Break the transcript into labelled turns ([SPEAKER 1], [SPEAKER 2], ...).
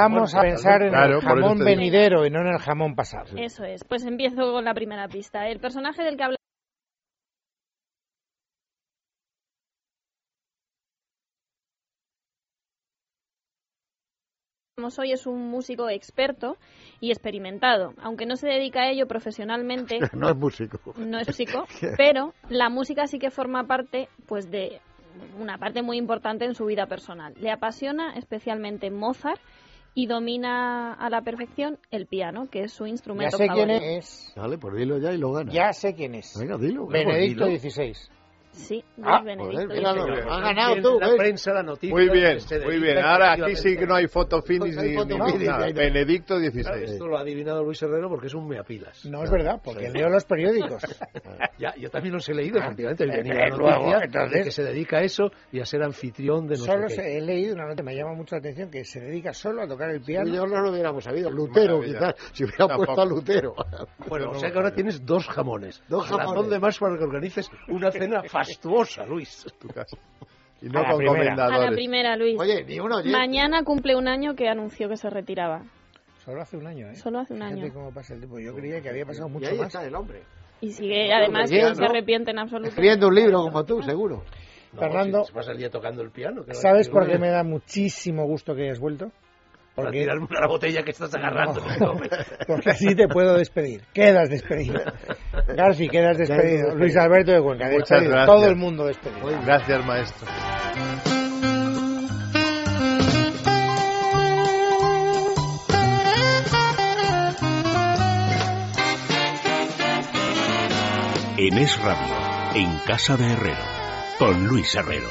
[SPEAKER 1] Vamos a pensar en
[SPEAKER 2] Claro,
[SPEAKER 1] el
[SPEAKER 2] por eso
[SPEAKER 1] jamón
[SPEAKER 2] te digo.
[SPEAKER 1] venidero y no en el jamón pasado.
[SPEAKER 3] Eso es. Pues empiezo con la primera pista. El personaje del que habla hoy es un músico experto y experimentado, aunque no se dedica a ello profesionalmente,
[SPEAKER 2] No es músico.
[SPEAKER 3] no es psico, pero la música sí que forma parte pues de una parte muy importante en su vida personal. Le apasiona especialmente Mozart y domina a la perfección el piano, que es su
[SPEAKER 1] Ya
[SPEAKER 3] instrumento
[SPEAKER 1] sé quién
[SPEAKER 3] favorito.
[SPEAKER 1] es.
[SPEAKER 2] Dale, pues dilo ya y lo gana.
[SPEAKER 1] Ya sé quién es.
[SPEAKER 2] Venga, dilo. vamos,
[SPEAKER 1] Benedicto
[SPEAKER 2] dilo.
[SPEAKER 1] XVI.
[SPEAKER 3] Sí, Luis
[SPEAKER 1] Ah,
[SPEAKER 3] Benedicto.
[SPEAKER 2] joder, míralo.
[SPEAKER 3] dice.
[SPEAKER 2] Has ganado tú,
[SPEAKER 4] La
[SPEAKER 1] ¿eh?
[SPEAKER 2] ¿ves?
[SPEAKER 4] prensa, la noticia.
[SPEAKER 5] Muy bien,
[SPEAKER 4] se
[SPEAKER 5] muy
[SPEAKER 4] dedica
[SPEAKER 5] bien. Ahora aquí sí
[SPEAKER 4] efectivamente.
[SPEAKER 5] que no hay foto finish
[SPEAKER 2] No Pues hay
[SPEAKER 5] ni-
[SPEAKER 2] foto
[SPEAKER 5] ni
[SPEAKER 2] finish,
[SPEAKER 5] nada.
[SPEAKER 2] ahí no.
[SPEAKER 5] Benedicto
[SPEAKER 4] Claro,
[SPEAKER 5] 16.
[SPEAKER 4] Esto lo ha adivinado Luis Herrero porque es un meapilas.
[SPEAKER 1] No es verdad, porque leo los periódicos.
[SPEAKER 4] Ya, yo también los he leído, efectivamente.
[SPEAKER 1] eh,
[SPEAKER 4] Venía la
[SPEAKER 1] luego,
[SPEAKER 4] noticia de
[SPEAKER 1] entonces.
[SPEAKER 4] que se dedica a eso y a ser anfitrión de no
[SPEAKER 1] Solo
[SPEAKER 4] sé qué.
[SPEAKER 1] se- he leído una nota que me llama mucho la atención que se dedica solo a tocar el piano.
[SPEAKER 2] Yo no lo hubiéramos sabido. Lutero,
[SPEAKER 5] Maravilla.
[SPEAKER 2] quizás, si hubiera
[SPEAKER 5] Tampoco.
[SPEAKER 2] puesto a Lutero.
[SPEAKER 4] Bueno, o sea que ahora tienes dos jamones.
[SPEAKER 2] Dos
[SPEAKER 4] Razón
[SPEAKER 2] jamones.
[SPEAKER 4] de más para que organices una cena fastuosa, Luis.
[SPEAKER 5] tu casa. Y no
[SPEAKER 1] A la
[SPEAKER 5] con
[SPEAKER 1] primera.
[SPEAKER 3] A la
[SPEAKER 5] comendadores.
[SPEAKER 3] primera, Luis.
[SPEAKER 2] Oye, ni uno oye.
[SPEAKER 3] Mañana cumple un año que anunció que se retiraba.
[SPEAKER 1] Solo hace un año, ¿eh?
[SPEAKER 3] Solo hace un
[SPEAKER 1] Fíjate
[SPEAKER 3] año.
[SPEAKER 1] cómo pasa el tiempo. Yo creía que había pasado
[SPEAKER 2] Y
[SPEAKER 1] mucho
[SPEAKER 2] ahí
[SPEAKER 1] más.
[SPEAKER 2] está el hombre.
[SPEAKER 3] Y sigue, además,
[SPEAKER 2] bien,
[SPEAKER 3] no se
[SPEAKER 2] ¿no?
[SPEAKER 3] arrepiente en absoluto.
[SPEAKER 2] Escribiendo un libro como tú, seguro.
[SPEAKER 4] No,
[SPEAKER 1] Fernando.
[SPEAKER 4] si se pasa el día tocando el piano. que va a
[SPEAKER 1] ¿Sabes
[SPEAKER 4] decir,
[SPEAKER 1] por qué
[SPEAKER 4] "Oye,
[SPEAKER 1] me da muchísimo gusto que hayas vuelto?
[SPEAKER 4] Para
[SPEAKER 1] Porque-
[SPEAKER 4] tirarme una botella que estás agarrando.
[SPEAKER 1] No, porque así te puedo despedir. Quedas despedido. Garci, quedas despedido. Luis Alberto de Cuenca,
[SPEAKER 5] Muchas
[SPEAKER 1] despedido.
[SPEAKER 5] gracias.
[SPEAKER 1] Todo el mundo despedido.
[SPEAKER 5] Gracias, maestro.
[SPEAKER 6] En Es Radio, en Casa de Herrero, con Luis Herrero.